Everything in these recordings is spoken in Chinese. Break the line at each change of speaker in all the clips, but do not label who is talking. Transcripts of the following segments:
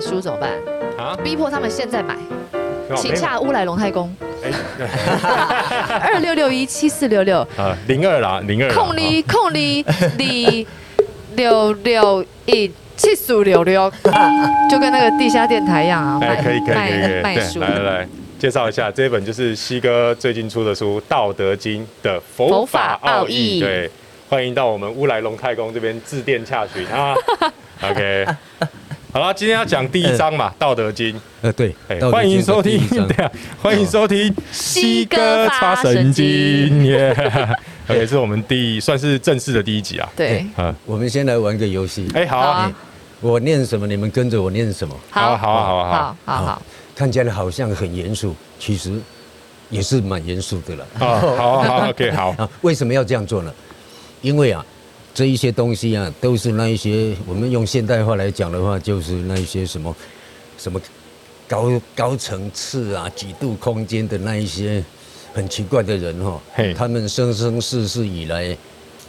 书怎么办？
啊，
逼迫他们现在买，
没有
请洽乌来龙太 公
哎，
二六六一七四六六
啊，零二啦，零二啦，
空里空 里里六六一七四六 六，就跟那个地下电台一样啊，
哎，
卖
可以可以可以可
卖
以，
卖
对
书。
来来来，介绍一下这一本就是西哥最近出的书《道德经》的佛法奥义。
佛法奥义
对，欢迎到我们乌来龙太公这边致电洽询 啊。OK，好啦，今天要讲第一章嘛，《道德经》
呃，对
哎，
道德
欢迎
经的
收听
第一，章
对啊欢迎收听
西哥发神经
耶。OK，这是 我们第算是正式的第一集啊。
对，
啊，
我们先来玩个游戏，
哎，好
好
啊
啊，
我念什么，你们跟着我念什么。
好好啊好啊好啊
好好好
啊，看起来好像很严肃，其实也是蛮严肃的了。
啊，好啊好啊，OK，好，
啊，为什么要这样做呢？因为啊，这一些东西啊，都是那一些我们用现代化来讲的话，就是那一些什么什么高高层次啊、几度空间的那一些很奇怪的人哈、
嘿
他们生生世世以来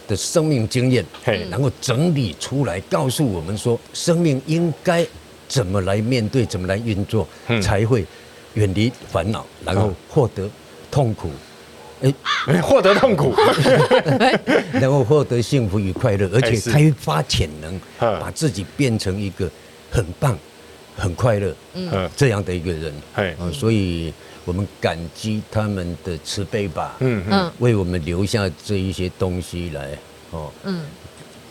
的生命经验，
嘿
然后整理出来，告诉我们说，生命应该怎么来面对，怎么来运作，
嗯
才会远离烦恼，然后获得痛苦。哎，
哎获得痛苦，
哎
能够获得幸福与快乐，而
哎
且
是
开发潜能，
嗯
把自己变成一个很棒、很快乐
嗯
这样的一个人。
嘿
啊，所以我们感激他们的慈悲吧，
嗯嗯
嗯
为我们留下这一些东西来。哦，
嗯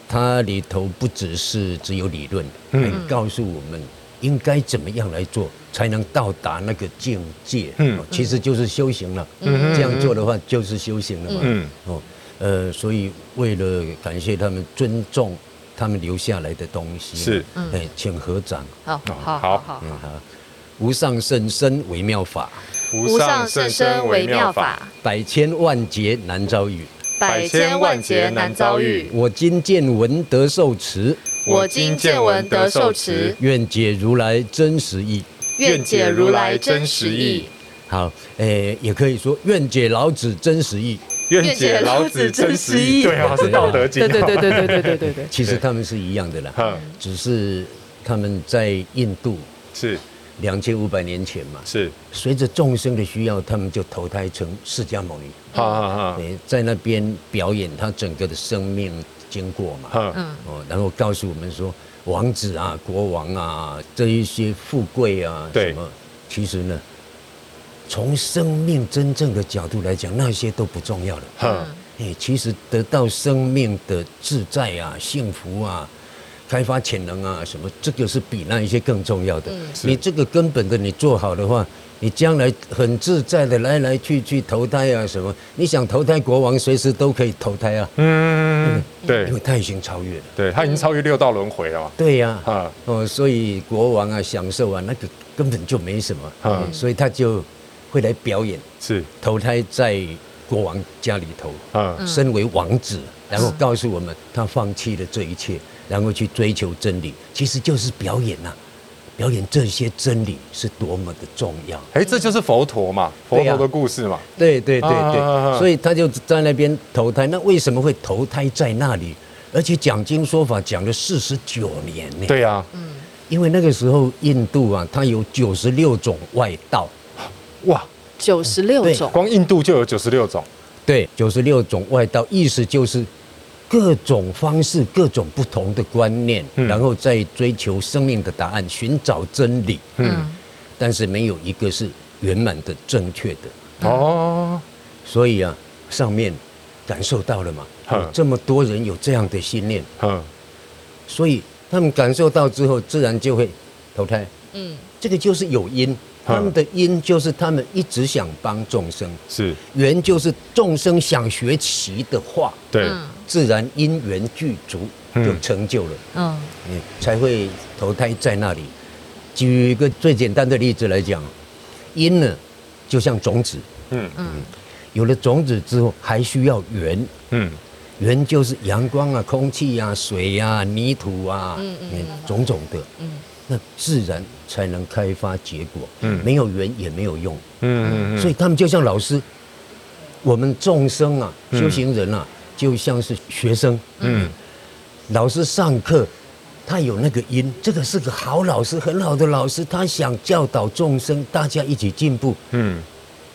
它里头不只是只有理论，
嗯
还告诉我们应该怎么样来做，才能到达那个境界。
嗯
嗯，其实就是修行了。
嗯
这样做的话就是修行了嘛。
嗯
哦，呃，所以为了感谢他们，尊重他们留下来的东西，
是
嗯
哎，请合掌。
好好
哦好
好好
嗯。好，无上甚深微妙法，
无上甚深微妙法，，
百千万劫难遭遇。
百千万劫难遭遇。
我今见闻得受持，
我今见闻得受持，
愿解如来真实义。
愿解如来真实义，
好，诶，也可以说愿解老子真实义。
愿解老子真实义。对啊，是《道德经》
对。对对对对对对对对，
其实他们是一样的啦，
哼，
只是他们在印度
是
两千五百年前嘛，
是，
随着众生的需要，他们就投胎成释迦牟尼，
哈哈
对，在那边表演他整个的生命经过嘛，
哈，哼，
嗯
哦，然后告诉我们说，王子啊、国王啊，这一些富贵啊，
对
什么，其实呢，从生命真正的角度来讲，那些都不重要了。
哼，
哎，其实得到生命的自在啊、幸福啊、开发潜能啊，什么，这个是比那一些更重要的。
嗯
是
你这个根本的你做好的话，你将来很自在的来来去去投胎啊，什么，你想投胎国王，随时都可以投胎啊，
嗯，对
因为他已经超越了。
对，他已经超越六道轮回了嘛。
对呀、
啊
哦，所以国王啊，享受啊，那个根本就没什么，
嗯
所以他就会来表演，
是，
投胎在国王家里头。
嗯，
身为王子，然后告诉我们他放弃了这一切，然后去追求真理，其实就是表演呐、表演这些真理是多么的重要。
哎，这就是佛陀嘛，佛陀的故事嘛。
对对对
啊啊啊啊
对，所以他就在那边投胎。那为什么会投胎在那里？而且讲经说法讲了四十九年呢。，
对啊呀，
因为那个时候印度啊，它有九十六种外道，
哇，
九十六
对
种，
光印度就有九十六种。
对，九十六种外道，意思就是各种方式、各种不同的观念，
嗯
然后再追求生命的答案，寻找真理。
嗯，
但是没有一个是圆满的、正确的。
哦，
所以啊，上面感受到了嘛，
嗯
有这么多人有这样的信念，
哼，
所以他们感受到之后，自然就会投胎。
嗯
这个就是有
嗯
因，他们的因就是他们一直想帮众生，
是，
缘就是众生想学习的话。
对，
自然因缘具足
嗯
就成就了，
嗯
嗯，才会投胎在那里。举一个最简单的例子来讲，因呢就像种子，
嗯
嗯
有了种子之后还需要缘，
嗯，
缘就是阳光啊、空气啊、水啊、泥土啊，
嗯
嗯
嗯
种种的，
嗯
那自然才能开发结果。
嗯
没有缘也没有用，
嗯嗯，
所以他们就像老师，我们众生啊、
嗯
修行人啊，就像是学生，
嗯，
老师上课他有那个因，这个是个好老师，很好的老师，他想教导众生，大家一起进步。
嗯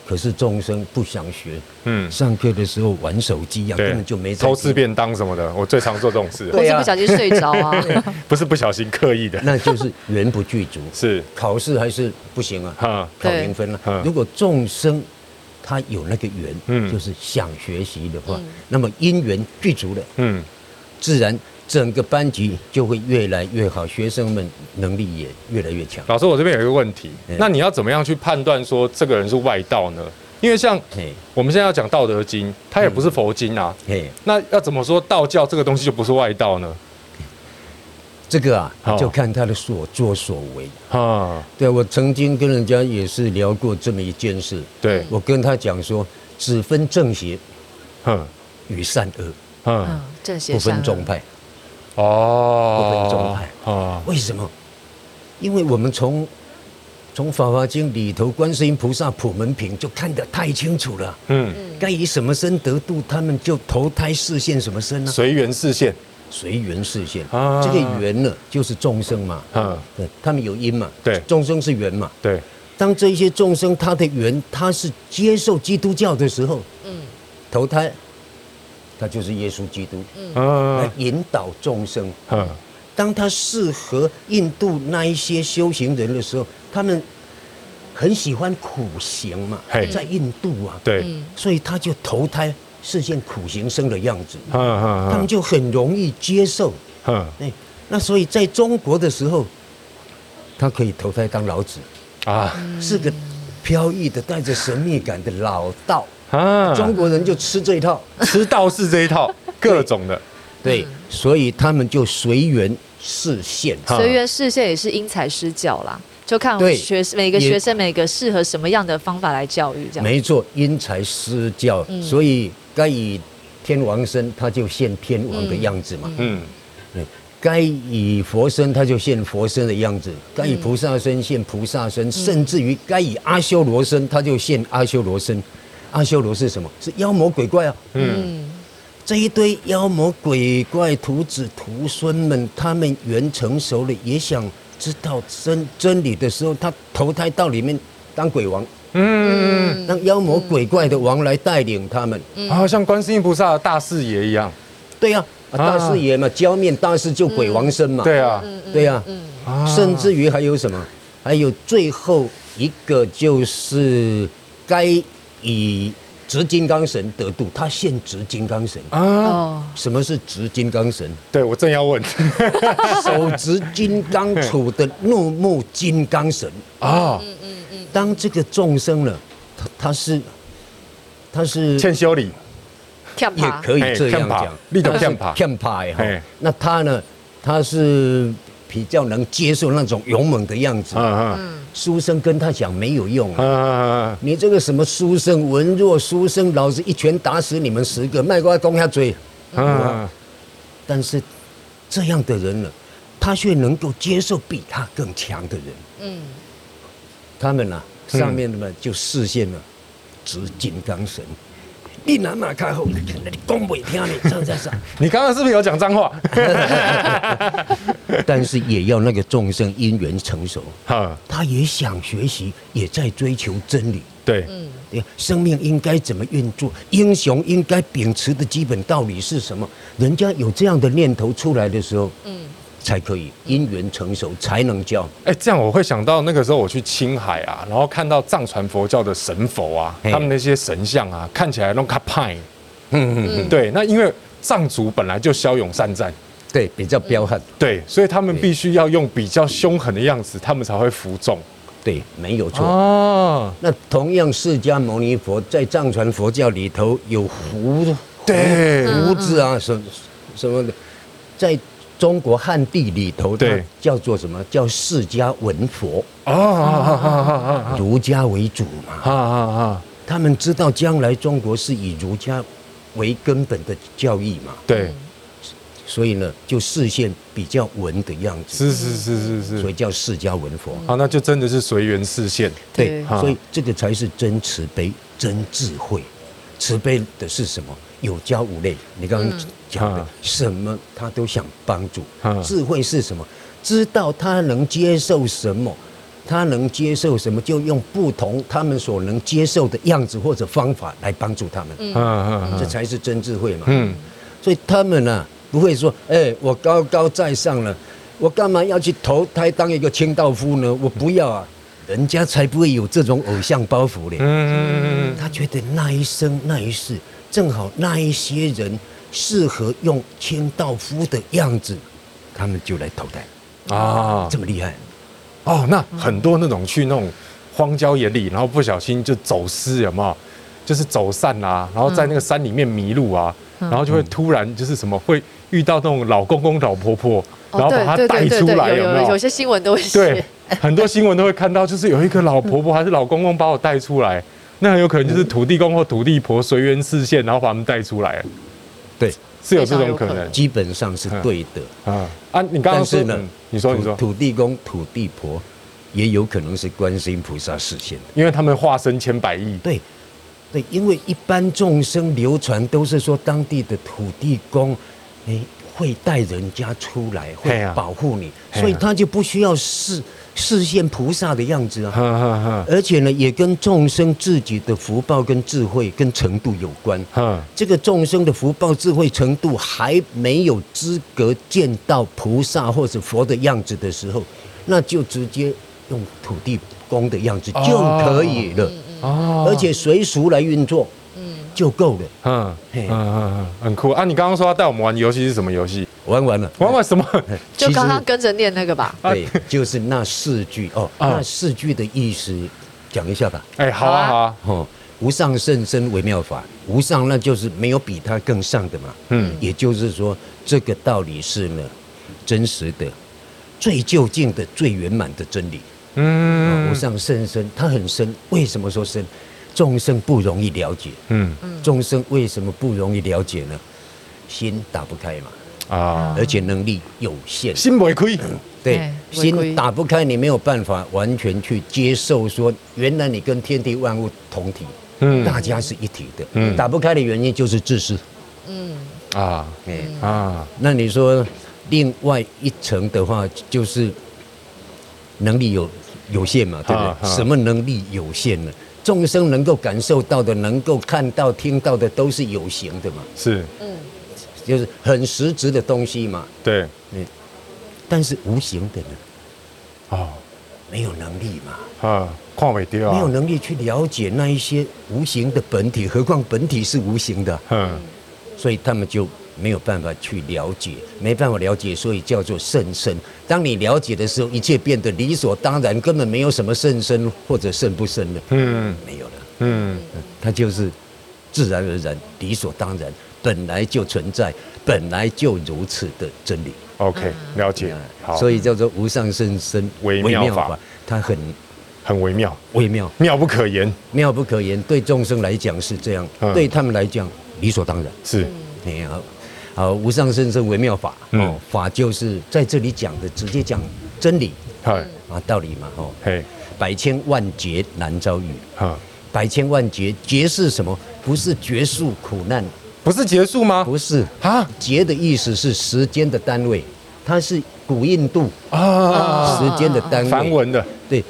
可是众生不想学，
嗯，
上课的时候玩手机呀、啊，根
对
本就没在
偷吃
听
便当什么的，我最常做这种事，
或
对嗯
是
啊
不小心睡着 啊，
不是不小心刻意的，
那就是缘不具 足，
是
考试还是不行啊，
哈，
考
对
零分了、
嗯
如果众生他有那个缘，
嗯
就是想学习的话，
嗯
那么因缘具足了，
嗯
自然整个班级就会越来越好，学生们能力也越来越强。
老师，我这边有一个问题
嗯，
那你要怎么样去判断说这个人是外道呢？因为像
嘿，
我们现在要讲《道德经》，它也不
嗯
是佛经啊。
嘿，
那要怎么说道教这个东西就不是外道呢？
这个啊，
好
就看他的所作所为。
啊，
对，我曾经跟人家也是聊过这么一件事，
对，
我跟他讲说，只分正邪嗯
哼
与善恶，
哼，
嗯，正邪
不
善
分
恶
宗派。
哦，
不分宗派
哦，
为什么？因为我们从从《法华经》里头，观世音菩萨普门品就看得太清楚了，
嗯，
该以什么身得度，他们就投胎视现什么身呢、
随缘视线，
随缘视现。
啊
这个缘呢，就是众生嘛，
嗯，
对，他们有因嘛，
对
众生是缘嘛。
对，
当这些众生他的缘，他是接受基督教的时候，
嗯
投胎，他就是耶稣基督，来
嗯
引导众生。
嗯，
当他适合印度那一些修行人的时候，他们很喜欢苦行嘛
嘿，
在印度啊，，
对，
嗯
所以他就投胎视现苦行僧的样子，
嗯嗯
他
嗯
们就很容易接受。
嗯
哎，那所以在中国的时候，他可以投胎当老子，
啊
是个飘逸的、带着神秘感的老道。
啊，
中国人就吃这一套，
吃道士这一 套，各种的，
嗯
对，所以他们就随缘视嗯现。
哈
随缘视线也是因材施教啦，就看
对
学每个
也
学生每个适合什么样的方法来教育这样。
没错，因材施教，
嗯
所以该以天王身，他就现天王的样子嘛；
嗯
对该以佛身，他就现佛身的样子；
嗯
该以菩萨身，现菩萨身；甚至于该以阿修罗身，他就现阿修罗身。阿修罗是什么？是妖魔鬼怪啊！
嗯
嗯
这一堆妖魔鬼怪、徒子徒孙们，他们缘成熟了，也想知道真真理的时候，他投胎到里面当鬼王，
嗯，
让妖魔鬼怪的王来带领他们。
啊，像观世音菩萨的大视野一样，
对呀、啊，
啊
大师爷嘛，浇面大师救鬼王身嘛，
对啊，
对呀、
啊
嗯甚至于还有什么？还有最后一个就是该以执金刚神得度，他现执金刚神。
啊，
哦，
什么是执金刚神？
对我正要问
嗯手执金刚杵的怒目金刚神。
啊，
当这个众生呢，他他是他是
欠修理，
跳
也
爬
可以这样
嘿
讲
欠，你懂欠哎打
骗牌哈
嘿。
那他呢，他是比较能接受那种勇猛的样子
嗯。嗯
书生跟他讲没有用
嗯
啊。
嗯
你这个什么书生文弱书生，老子一拳打死你们十个，卖瓜公下嘴。
嗯
但是这样的人呢，他却能够接受比他更强的人。
嗯
他们啊，上面的嘛就视线了执金刚神。你拿马卡后，你讲不听你，这样啊这样这样。
你刚刚是不是有讲脏话？
但是也要那个众生因缘成熟，
哈，
他也想学习，也在追求真理。
对，
嗯
对，生命应该怎么运作？英雄应该秉持的基本道理是什么？人家有这样的念头出来的时候，嗯，才可以因缘成熟，才能教。
哎，这样我会想到那个时候我去青海啊，然后看到藏传佛教的神佛啊，
嘿
他们那些神像啊，看起来都卡派。
嗯嗯，
对，那因为藏族本来就骁勇善战，
对，比较彪悍，
对，所以他们必须要用比较凶狠的样子，他们才会服众。
对，没有错。
哦，
那同样，释迦牟尼佛在藏传佛教里头有胡
对嗯
胡子啊，什么什么的，在中国汉地里头，它
对
叫做什么叫释迦文佛，
哦，哈哈哈哈哈
儒家为主嘛。
哈哈，
他们知道将来中国是以儒家为根本的教义嘛，
对，
所以呢，就视线比较文的样子，
是是是是
所
是。
以叫释迦文佛。
好，那就真的是随缘视线。
对
对，
啊
所以这个才是真慈悲、真智慧。慈悲的是什么？有教无类。你刚刚讲的
啊，
什么他都想帮助
啊。
智慧是什么？知道他能接受什么，他能接受什么，就用不同他们所能接受的样子或者方法来帮助他们。
嗯嗯
这
嗯
才是真智慧嘛。
嗯，
所以他们呢、不会说，哎、我高高在上了，我干嘛要去投胎当一个清道夫呢？我不要啊，人家才不会有这种偶像包袱嘞。
嗯嗯
他觉得那一生那一世，正好那一些人适合用清道夫的样子，他们就来投胎，
嗯啊
这么厉害。
哦，那很多那种去那种荒郊野里，然后不小心就走失，有没有？就是走散啦、然后在那个山里面迷路啊，然后就会突然就是什么会遇到那种老公公老婆婆，
哦
然后把他带出来，
有
有没
有有
有？
些新闻都会写
对。，很多新闻都会看到，就是有一个老婆婆还是老公公把我带出来，那很有可能就是土地公或土地婆随缘视线，然后把他们带出来，
对，
是有这种可能
基本上是对的。
啊啊！你刚刚
但
说
是呢
嗯，你说你说，
土土地公、土地婆，也有可能是观世音菩萨视线。
因为他们化身千百亿，
对，对，因为一般众生流传都是说当地的土地公，哎，会带人家出来，
嘿
会
呀
保护你，
嘿呀啊
所以他就不需要视视现菩萨的样子啊。
哈哈哈
而且呢，也跟众生自己的福报、跟智慧、跟程度有关。
哈。
这个众生的福报、智慧程度还没有资格见到菩萨或者佛的样子的时候，那就直接用土地公的样子就可以了。
哦
而且随俗来运作，嗯，就够了。
嗯嗯
嘿
嗯，嗯，很酷啊！你刚刚说要带我们玩游戏是什么游戏？
玩完了，
玩玩 什么？
就
其实
刚刚跟着念那个吧。
对，就是那四句哦，
啊
那四句的意思，讲一下吧。
哎，好啊好啊，
哦，无上甚深微妙法，无上那就是没有比它更上的嘛。
嗯
也就是说，这个道理是呢，真实的、最究竟的、最圆满的真理。哦
嗯
无上甚深，它很深。为什么说深？众生不容易了解。
嗯
众生为什么不容易了解呢？心打不开嘛，
啊，
而且能力有限。
心没亏，
对
哎，违规
心打不开，你没有办法完全去接受说，原来你跟天地万物同体，
嗯
大家是一体的。
嗯
打不开的原因就是自私。
啊
哎、
啊，
那你说另外一层的话，就是能力有有限嘛，对不对？
啊啊
什么能力有限呢？众生能够感受到的、能够看到、听到的，都是有形的嘛，
是
就是很实质的东西嘛。
对
嗯，但是无形的呢，
哦
没有能力嘛。
啊，看尾掉
没有
啊，
能力去了解那一些无形的本体，何况本体是无形的，
嗯
所以他们就没有办法去了解，没办法了解，所以叫做甚深。当你了解的时候，一切变得理所当然，根本没有什么甚深或者甚不深了，
嗯
没有了，
嗯
它就是自然而然、理所当然，本来就存在，本来就如此的真理。
，OK，了解，好，
嗯所
以
以叫做无上甚深
微妙法，
它很
很微妙，
微妙。
妙不可言，
妙不可言，对众生来讲是这样，
嗯
对他们来讲理所当然。
是
哎呀，好，无上甚深微妙法，
嗯
哦，法就是在这里讲的，直接讲真理
嗨
啊，道理嘛，哦，
嘿
百千万劫难遭遇，
哈，
百千万劫，劫是什么？不是结束苦难，
不是结束吗？
不是
啊
劫的意思是时间的单位，它是古印度
啊，
时间的单位，
梵文的，
对，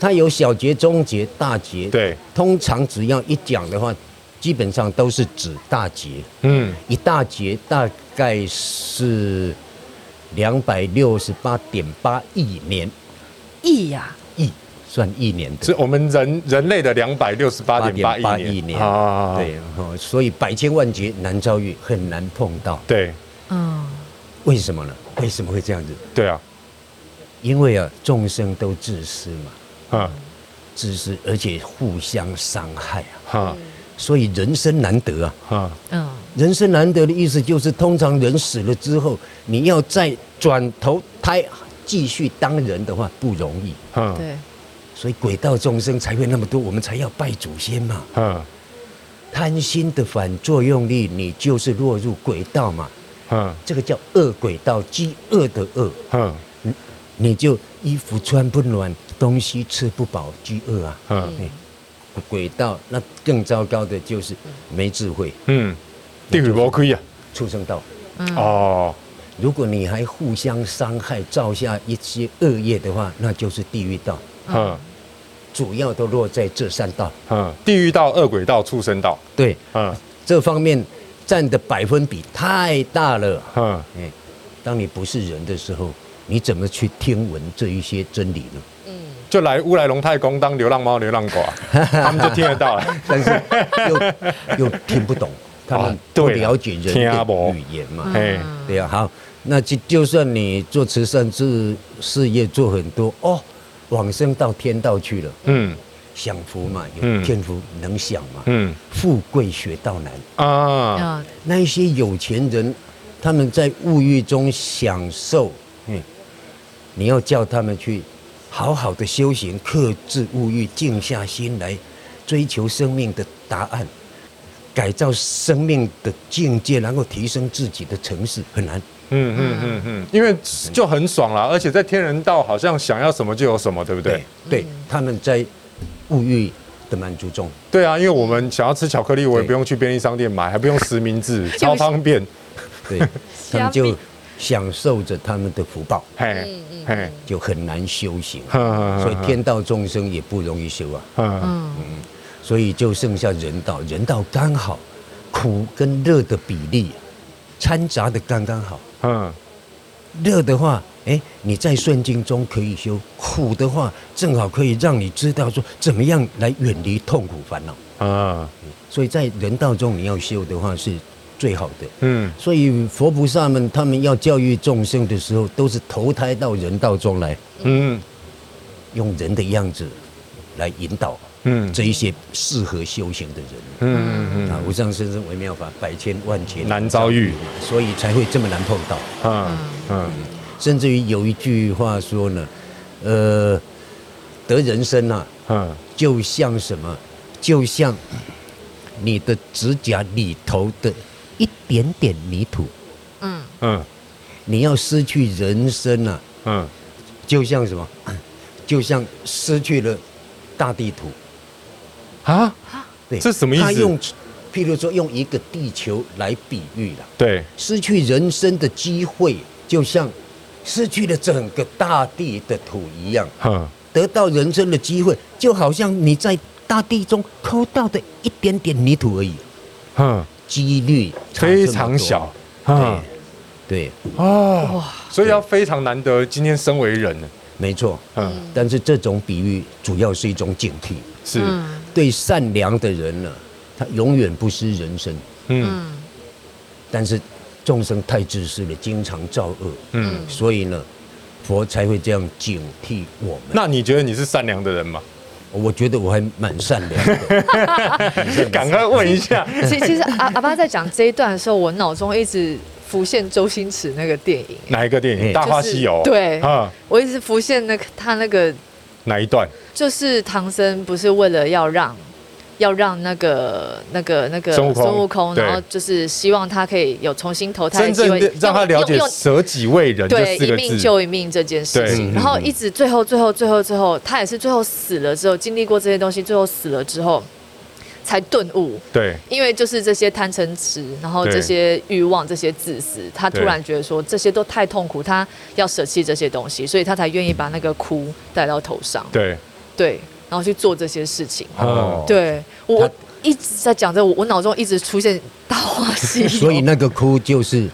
它有小节、中节、大节。
对，
通常只要一讲的话，基本上都是指大节。
嗯
一大节大概是两百六十八点八亿年，
亿呀，
亿算一年的
是。我们人人类的两百六十八点八
8.8
亿
亿年，
啊，
对，哦所以百千万劫难遭遇，很难碰到。
对
嗯，
为什么呢？为什么会这样子？
对啊，
因为啊，众生都自私嘛，
嗯
自私，而且互相伤害啊，
哈
所以人生难得啊。
哈，
嗯，
人生难得的意思就是，通常人死了之后，你要再转投胎继续当人的话不容易，
嗯
对，
啊所以鬼道众生才会那么多，我们才要拜祖先嘛。
嗯
贪心的反作用力，你就是落入鬼道嘛，
嗯
这个叫恶鬼道，饥饿的饿，
嗯
你就衣服穿不暖，东西吃不饱，饥饿啊。
嗯
哎轨道，那更糟糕的就是没智慧，
嗯，地狱不亏啊，
畜生道。
嗯
哦，
如果你还互相伤害，造下一些恶业的话，那就是地狱道。
嗯
主要都落在这三道。
嗯，地狱道、恶鬼道、畜生道，
对，
嗯
这方面占的百分比太大了。
嗯，
哎，当你不是人的时候，你怎么去听闻这一些真理呢？
嗯
就来乌来龙太公当流浪猫、流浪狗啊，他们就听得到了。
但是 又又听不懂，他
啊
们
对
不
啦
了解人
听
的
不
语言嘛。
哎，
对呀、好，那就就算你做慈善事事业做很多哦，往生到天道去了，
嗯
享福嘛，有
嗯
天福能享嘛，
嗯
富贵学道难。
啊，
啊，
那一些有钱人，他们在物欲中享受，嗯，你要叫他们去好好的修行，克制物欲，静下心来追求生命的答案，改造生命的境界，然后提升自己的城市，很难。
嗯嗯嗯嗯，因为就很爽啦，而且在天人道好像想要什么就有什么，对不对？
哎对，他们在物欲的满足中，
对啊，因为我们想要吃巧克力，我也
对
不用去便利商店买，还不用实名制，超方便。
对他们就享受着他们的福报，
嘿，嘿，
就很难修行。
嗯
所以天道众生也不容易修啊。
嗯
嗯，
所以就剩下人道，人道刚好，苦跟热的比例掺杂的刚刚好。
嗯
热的话，哎，你在顺境中可以修；苦的话，正好可以让你知道说怎么样来远离痛苦烦恼。
嗯
所以在人道中你要修的话是最好的。
嗯
所以佛菩萨们他们要教育众生的时候，都是投胎到人道中来，
嗯
用人的样子来引导
嗯
这一些适合修行的人。
嗯
啊，无上甚深微妙法，百千万劫
难遭遇，
所以才会这么难碰到。
嗯嗯
甚至于有一句话说呢，呃，得人生啊，
嗯
就像什么，就像你的指甲里头的一点点泥土。
嗯
你要失去人生啊，
嗯，
就像什么， 就像失去了大地图。
啊，
对，
这什么意思
他用，譬如说用一个地球来比喻了。
对，
失去人生的机会，就像失去了整个大地的土一样；
嗯
得到人生的机会，就好像你在大地中抠到的一点点泥土而已，
嗯，
几率差这么
非
多
常小。，
对
嗯
对，
哦，
哇，
所以要非常难得，今天身为人呢，
没错。
嗯，
但是这种比喻主要是一种警惕，
是，
嗯
对善良的人呢，他永远不失人生；
嗯
嗯
但是众生太自私了，经常造恶，
嗯，
所以呢，佛才会这样警惕我们。
那你觉得你是善良的人吗？
我觉得我还蛮善 良
哎
的，
赶快问一下，
其其实阿阿爸在讲这一段的时候，我脑中一直浮现周星驰那个电影，
哪一个电影？
哎
《大话西游》
就是对
啊，
我一直浮现那个他那个
哪一段？
就是唐僧不是为了要让要让那个那个那个
孙悟空对
然后就是希望他可以有重新投胎的
真
机
正
会
的，让他了解
用用
舍己为人这
对
四
一
个
命
字。
救一命这件事
对
情，然后一直最后最后最后最后，他也是最后死了之后，经历过这些东西，最后死了之后才顿悟。
对，
因为就是这些贪嗔痴，然后
对
这些欲望、这些自私，他突
对
然觉得说这些都太痛苦，他要舍弃这些东西，所以他才愿意把那个哭带到头上，
对，
对，然后去做这些事情。
哦
对我
他
一直在讲这，我我脑中一直出现《大话西游》，
所以那个哭就是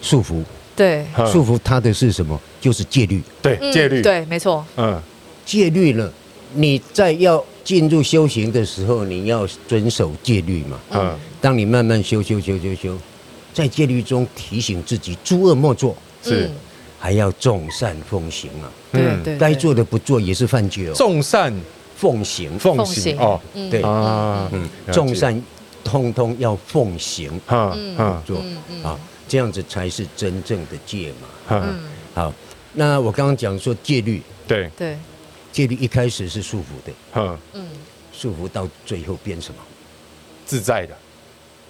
束缚，
对
嗯
束缚他的是什么？就是戒律。
对，戒律，
嗯，对，没错，
嗯，
戒律呢，你在要进入修行的时候，你要遵守戒律嘛。
嗯
当你慢慢修修修修修，在戒律中提醒自己，诸恶莫作，
是，
嗯
还要众善奉行啊。
嗯
对对，
该
对
做的不做也是犯戒哦。
众善
奉行，
奉
奉
行
行
哦，
嗯
对
啊，
嗯，
了解
众，善通通要奉行
嗯嗯
做啊，这样子才是真正的戒嘛。
嗯，
好，那我刚刚讲说戒律，
对，
对，
戒律一开始是束缚的，
嗯，
嗯，
束缚到最后变什么？
自在的，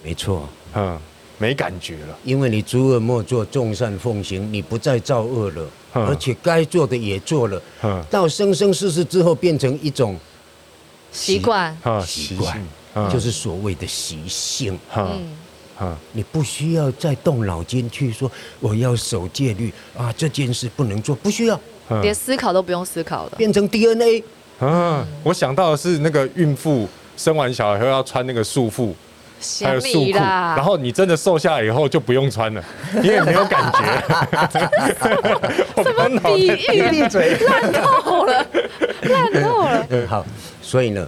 没错，
嗯，没感觉了，
因为你诸恶莫作，众善奉行，你不再造恶了，
嗯
而且该做的也做了
嗯，
到生生世世之后变成一种
习惯
啊，
习
习
惯
性，嗯
就是所谓的习性。
哈哈，
你不需要再动脑筋去说我要守戒律啊，这件事不能做，不需要
嗯
连思考都不用思考了。
变成 DNA。
啊，我想到的是那个孕妇生完小孩后要穿那个束缚，还有
想
束
你
裤，
啦，
然后你真的瘦下来以后就不用穿了，因为没有感觉。我刚脑
比
袋
喻
闭嘴。
透了，烂透了。
嗯， 好，所以呢，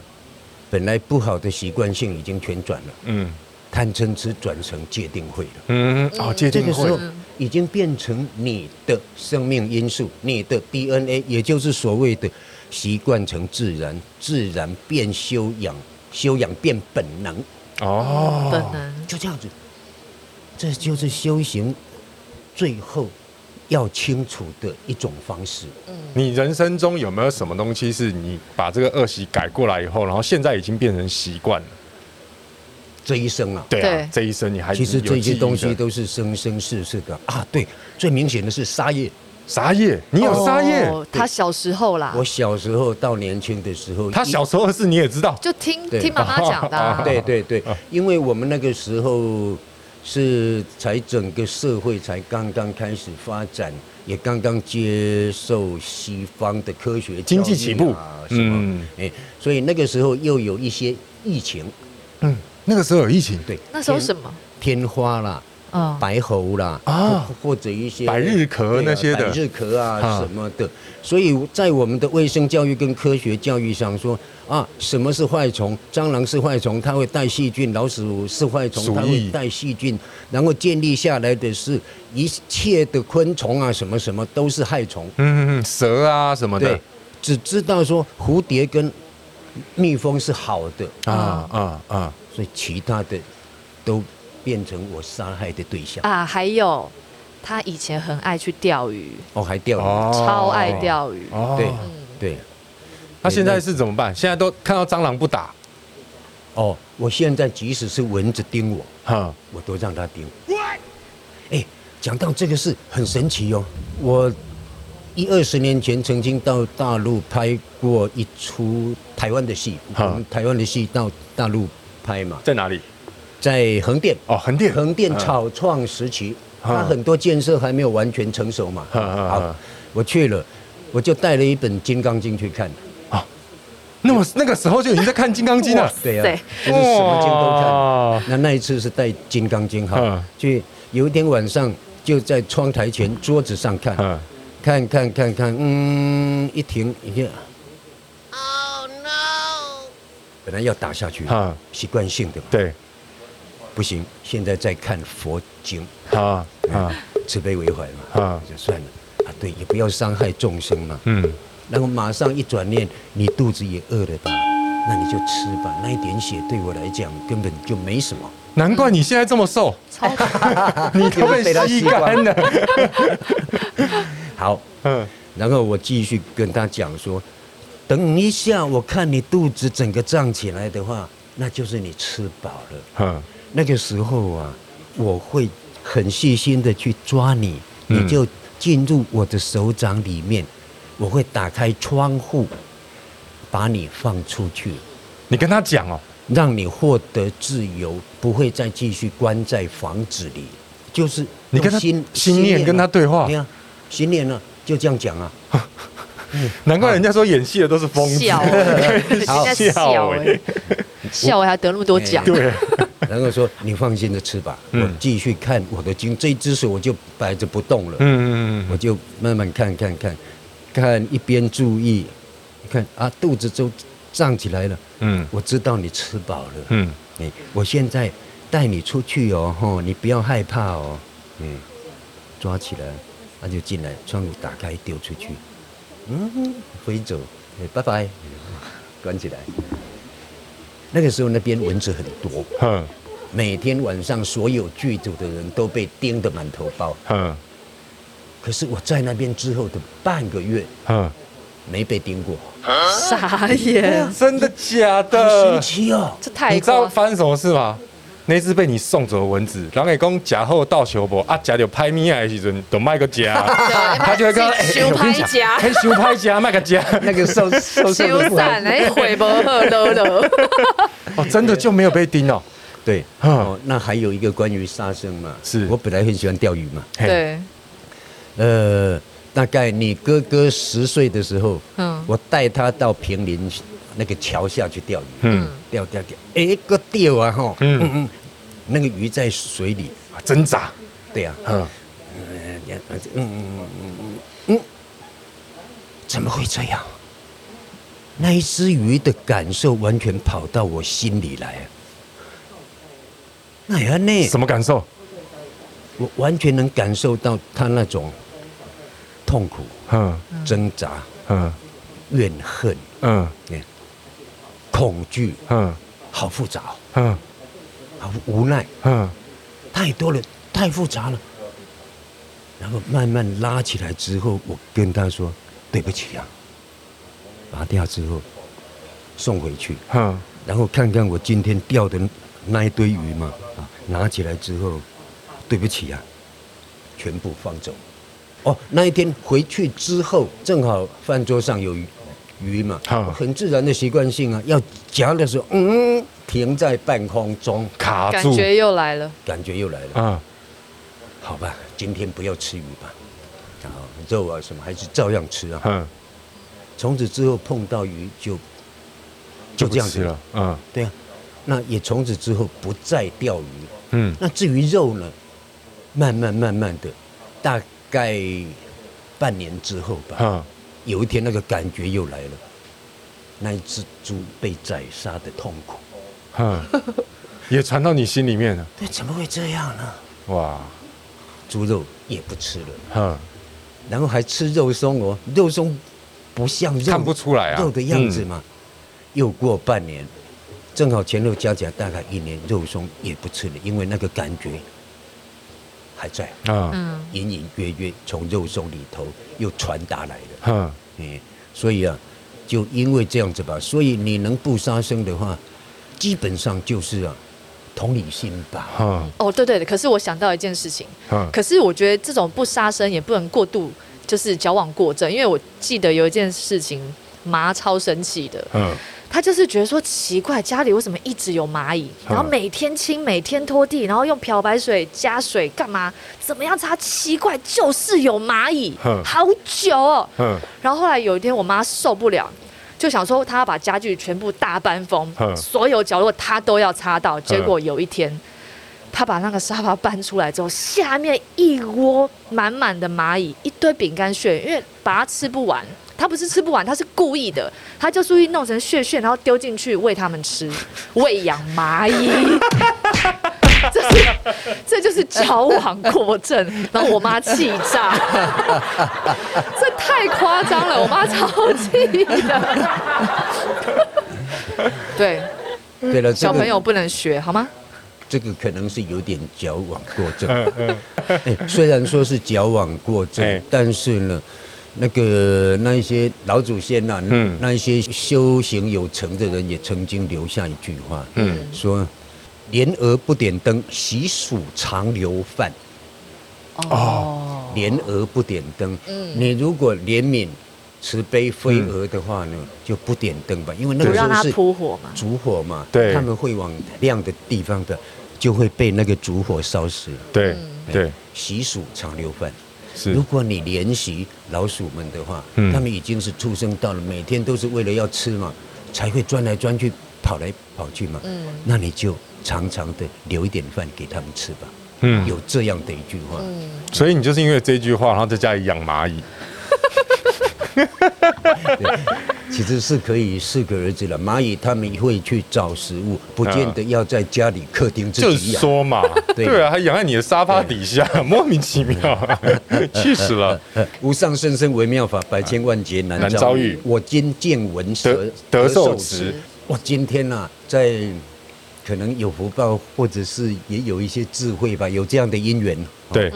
本来不好的习惯性已经全转了，
嗯
贪嗔痴转成戒定慧了。
嗯，哦，界
这
定
个时
会
候，
嗯
已经变成你的生命因素，你的 DNA，也就是所谓的习惯成自然，自然变修养，修养变本能，
哦，
本能
就这样子。这就是修行最后要清楚的一种方式。
你人生中有没有什么东西是你把这个恶习改过来以后，然后现在已经变成习惯了？
这一生啊，
对啊
对，
这一生你还
其实
有
这
记
些
忆的
东西都是生生世世的啊。对，最明显的是沙业。
沙叶，你有沙叶，
哦他小时候啦
我，小时候到年轻的时候，
啊他小时候的事你也知道，
就听
对
听妈妈讲的 啊。
对对对，因为我们那个时候是才整个社会才刚刚开始发展，也刚刚接受西方的科学、
经济起步
啊什么
嗯，
哎，所以那个时候又有一些疫情，
嗯，那个时候有疫情，
对，
那时候
天
什么？
天花啦。
嗯，
白喉啦，
啊
或或者一些
百日咳
对啊
那些的
百日咳
啊
啊什么的。所以在我们的卫生教育跟科学教育上说啊，什么是坏虫？蟑螂是坏虫，它会带细菌；老鼠是坏
鼠
虫，它会
疫
带细菌。然后建立下来的是一切的昆虫啊，什么什么都是害虫。
嗯，嗯嗯蛇啊什么的
对，只知道说蝴蝶跟蜜蜂是好的，
啊啊啊，
所以其他的都变成我杀害的对象。
啊，还有他以前很爱去钓鱼，
哦，还钓鱼。
超爱钓鱼。
哦
对对，
他现在是怎么办？现在都看到蟑螂不打，
哦，我现在即使是蚊子叮我，
哈，
我都让它叮。哎，讲到这个事很神奇哦，我一二十年前曾经到大陆拍过一出台湾的戏，我
哈
们台湾的戏到大陆拍嘛，
在哪里？
在横店。
哦，横店，
横店
嗯
草创时期，
嗯
它很多建设还没有完全成熟嘛。
嗯嗯嗯
好，我去了，我就带了一本《金刚经》去看。
那么那个时候就已经在看《金刚经》 了，
对呀、
塞
就是什么经都看。
哇
那那一次是带《金刚经》
嗯
哈，去有一天晚上就在窗台前桌子上看，
嗯，
看看看看，嗯，一停一停，Oh no！本来要打下去，
嗯
习惯性的嘛
对，
不行，现在在看佛经，
啊啊
慈悲为怀嘛，
啊，
就算了啊，对，也不要伤害众生嘛。
嗯，
然后马上一转念，你肚子也饿了吧？那你就吃吧，那一点血对我来讲根本就没什么。
难怪你现在这么瘦，你都被吸干了，
好，
嗯，
然后我继续跟他讲说，等一下，我看你肚子整个胀起来的话，那就是你吃饱了。
嗯
那个时候啊，我会很细心的去抓你，
嗯
你就进入我的手掌里面，我会打开窗户，把你放出去，
你跟他讲哦，
让你获得自由，不会再继续关在房子里。就是
你跟他
用心
心念跟他对话
对啊，心念啊，就这样讲啊。
难怪人家说演戏的都是疯子，
笑欸，人家笑
笑欸
哎，笑欸还得那么多奖，
对，
然后说你放心的吃吧，
嗯
我继续看我的经，这一只手我就摆着不动了，
嗯
我
嗯
就慢慢看看看，看一边注意，看啊肚子都胀起来了，
嗯
我知道你吃饱了，嗯，
嗯
我现在带你出去哦，吼，你不要害怕哦，嗯，抓起来，他就进来，窗户打开丢出去，嗯，飞走，哎拜拜，关起来。那个时候那边蚊子很多，
嗯
每天晚上所有剧组的人都被叮得满头包。
嗯
可是我在那边之后的半个月
嗯，
没被叮过，
啊
傻眼，
真的假
好神
的？
奇哦！
这太
啊你知道
夸
发生什么事吗？那只被你送走的蚊子，然后讲假后到球博啊，假就拍咪啊的时阵，就卖个夹， 他就会跟他
自己收拍夹
可以修拍夹卖个夹，
那个受受伤的
修
不好
伞哎，悔不喝了了。
哦，真的就没有被叮哦，
对，
嗯
哦，那还有一个关于杀生嘛，
是
我本来很喜欢钓鱼嘛，
嘿，
对，
呃，大概你哥哥十岁的时候，
嗯
我带他到平林那个桥下去钓鱼，
嗯，
钓钓钓，哎，个钓啊哈，
嗯
嗯嗯，那个鱼在水里，
啊挣扎，
对啊，
嗯，
嗯嗯嗯嗯嗯嗯嗯，怎么会这样？那一只鱼的感受完全跑到我心里来啊！那也那
什么感受？
我完全能感受到他那种痛苦、
嗯
挣扎、
嗯
怨恨、
嗯
嗯恐惧，
嗯
好复杂哦，
嗯
好无奈，
嗯，
太多了，太复杂了。然后慢慢拉起来之后，我跟他说：“对不起啊。”拔掉之后送回去，
嗯
然后看看我今天钓的那一堆鱼嘛，啊，拿起来之后，对不起啊，全部放走。哦，那一天回去之后，正好饭桌上有鱼鱼嘛，
好
我很自然的习惯性啊，要夹的时候，嗯，停在半空中，
卡
感
住，
觉又来了。
感觉又来了。
嗯
好吧，今天不要吃鱼吧，然后肉啊什么还是照样吃啊。
嗯，
从此之后碰到鱼就
就
就
不
这样
吃
子，
了，嗯
对啊。那也从此之后不再钓鱼。
嗯
那至于肉呢，慢慢慢慢的，大概半年之后吧，
嗯，
有一天那个感觉又来了，那一只猪被宰杀的痛苦。
嗯，也传到你心里面了，
对，怎么会这样呢？
哇，
猪肉也不吃了，
嗯，
然后还吃肉松哦，肉松不像肉，
看不出来啊
肉的样子嘛。又过半年，正好前后加起来大概一年，肉松也不吃了，因为那个感觉还在，
嗯
嗯，
隐隐约约从肉松里头又传达来的。
嗯
嗯，所以啊，就因为这样子吧，所以你能不杀生的话，基本上就是啊，同理心吧。
嗯
哦，对对，可是我想到一件事情，
嗯，
可是我觉得这种不杀生也不能过度，就是矫枉过正，因为我记得有一件事情，麻超生气的，
嗯
他就是觉得说奇怪，家里为什么一直有蚂蚁，
嗯
然后每天清，每天拖地，然后用漂白水加水干嘛？怎么样擦？奇怪，就是有蚂蚁
嗯，
好久哦。
嗯
然后后来有一天，我妈受不了，就想说她要把家具全部大搬风
嗯，
所有角落她都要擦到。结果有一天，她把那个沙发搬出来之后，下面一窝满满的蚂蚁，一堆饼干屑，因为把它吃不完。她不是吃不完，她是故意的，她就故意弄成屑屑，然后丢进去喂它们吃，喂养蚂蚁。 这是这就是矫枉过正，然后我妈气炸，这太夸张了，我妈超气的。对，
对了，
嗯
这
小
个
朋友不能学好吗？
这个可能是有点矫枉过正。
嗯嗯，
哎，虽然说是矫枉过正，
哎
但是呢，那个那一些老祖先呐、
嗯
那一些修行有成的人也曾经留下一句话，嗯，说“莲娥不点灯，习俗常留饭”。哦，莲娥不点灯，
嗯
你如果怜悯、慈悲、
嗯
飞蛾的话呢，就不点灯吧，因为那
不
个时
让
候
它
是
扑火嘛。
烛火嘛，
对
他们会往亮的地方的，就会被那个烛火烧死。哎
对对
习俗常留饭。
是
如，果你怜惜老鼠们的话，
嗯
他们已经是畜生道了，每天都是为了要吃嘛，才会钻来钻去，跑来跑去嘛。那你就常常的留一点饭给他们吃吧。
嗯
有这样的一句话，
所以你就是因为这句话，然后在家里养蚂蚁，
其实是可以适可而止了。蚂蚁他们会去找食物，不见得要在家里客厅自
就
己
是
养。
说嘛，
对
对啊，还养在你的沙发底下，莫名其妙，气死了，
呃无上甚深微妙法，百千万劫难
难
遭
遭
遇
遇。
我今见闻得
得得受持
持。我今天呐、在可能有福报，或者是也有一些智慧吧，有这样的因缘。哦
对，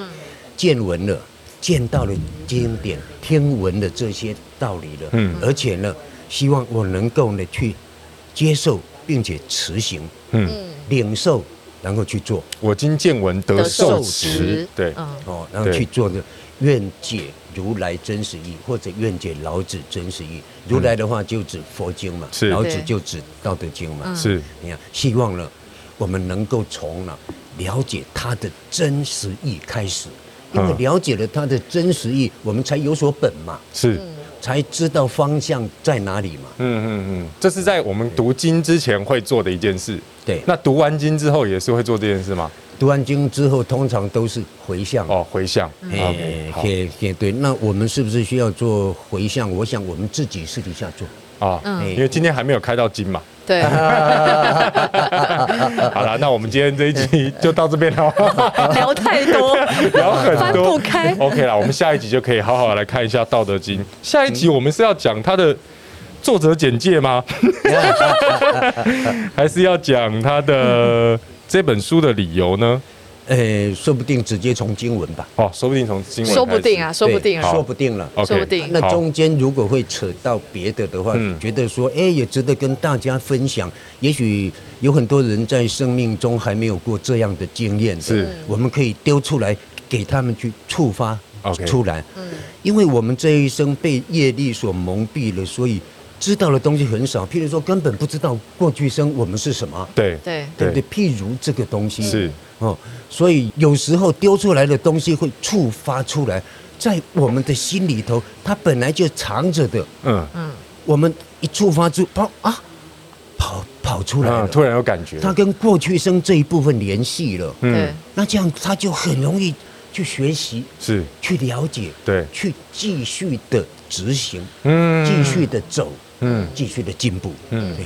见闻了，见到了经典，听闻了这些道理了，
嗯
而且呢，希望我能够呢去接受并且持行，
嗯
领受然后去做
我今见闻得受持，对，
嗯，
哦，然后
对
去做的愿解如来真实义，或者愿解老子真实义。如来的话就指佛经嘛，
嗯是
老子
对
就指道德经嘛。
是
你看，希望呢，我们能够从呢了解它的真实意开始，因为
嗯
了解了它的真实意，我们才有所本嘛，
是，
嗯
才知道方向在哪里嘛。
嗯嗯嗯，这是在我们读经之前会做的一件事。
对，
那读完经之后也是会做这件事吗？
读完经之后，通常都是回向。
哦，回向。
哎
OK，，好
对对对，那我们是不是需要做回向？我想我们自己私底下做。
啊，
嗯
因为今天还没有开到经嘛。
对，
好了，那我们今天这一集就到这边 了，
聊太多，
聊很
翻
多
不。开。
OK 啦，我们下一集就可以好好来看一下《道德经》。下一集我们是要讲它的作者简介吗？ 还是要讲它的这本书的理由呢？
呃，说不定直接从经文吧，
哦，说不定从新闻
说不定啊，说不定
对
啊
好，
说不定了。
，OK，
说不定
那
好
中间如果会扯到别的的话，
嗯
觉得说，哎，也值得跟大家分享。也许有很多人在生命中还没有过这样的经验的，
是
我们可以丢出来给他们去触发
OK
出来。
嗯
因为我们这一生被业力所蒙蔽了，所以知道的东西很少。譬如说，根本不知道过去生我们是什么。
对
对
对不对？譬如这个东西
是
哦，所以有时候丢出来的东西会触发出来，在我们的心里头，它本来就藏着的。
嗯
我们一触发出，跑啊，跑跑出来
嗯，
了，
突然有感觉，
它跟过去生这一部分联系了。
嗯
对，
那这样他就很容易去学习、
是
去了解、
对
去继续的执行、
嗯
继续的走、
嗯
继续的进步。
嗯
对，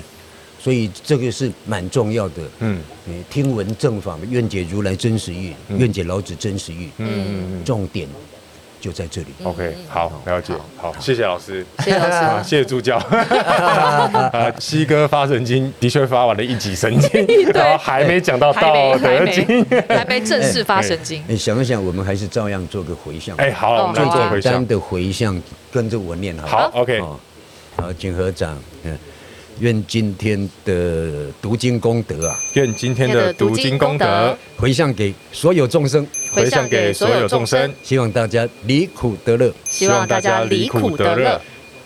所以这个是蛮重要的。
嗯
嗯，听闻正法，愿解如来真实义，愿解老子真实义。嗯，重点就在这里。
OK，好，了解，好，谢谢老师，
谢谢老师。
啊，谢谢助教。啊，西哥发神经的确发完了一级神经，然后还没讲到
还没
道
还
德哎经。
没还没正式发神经，
你哎想一想，我们还是照样做个回向。
哎，，好了，我们就
哦好
做
啊
回
简
向
单。的回向，跟着我念好了。
好，OK，
哦，好，请合掌。嗯，愿今天的读经功德啊，
愿今天的读经功德
回向给所有众生，
回向给所有众生，
希望大家离苦得乐，
希望大家离苦得乐，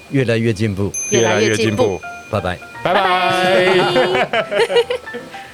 越来越进步。
越来越进步。
拜拜。
拜拜。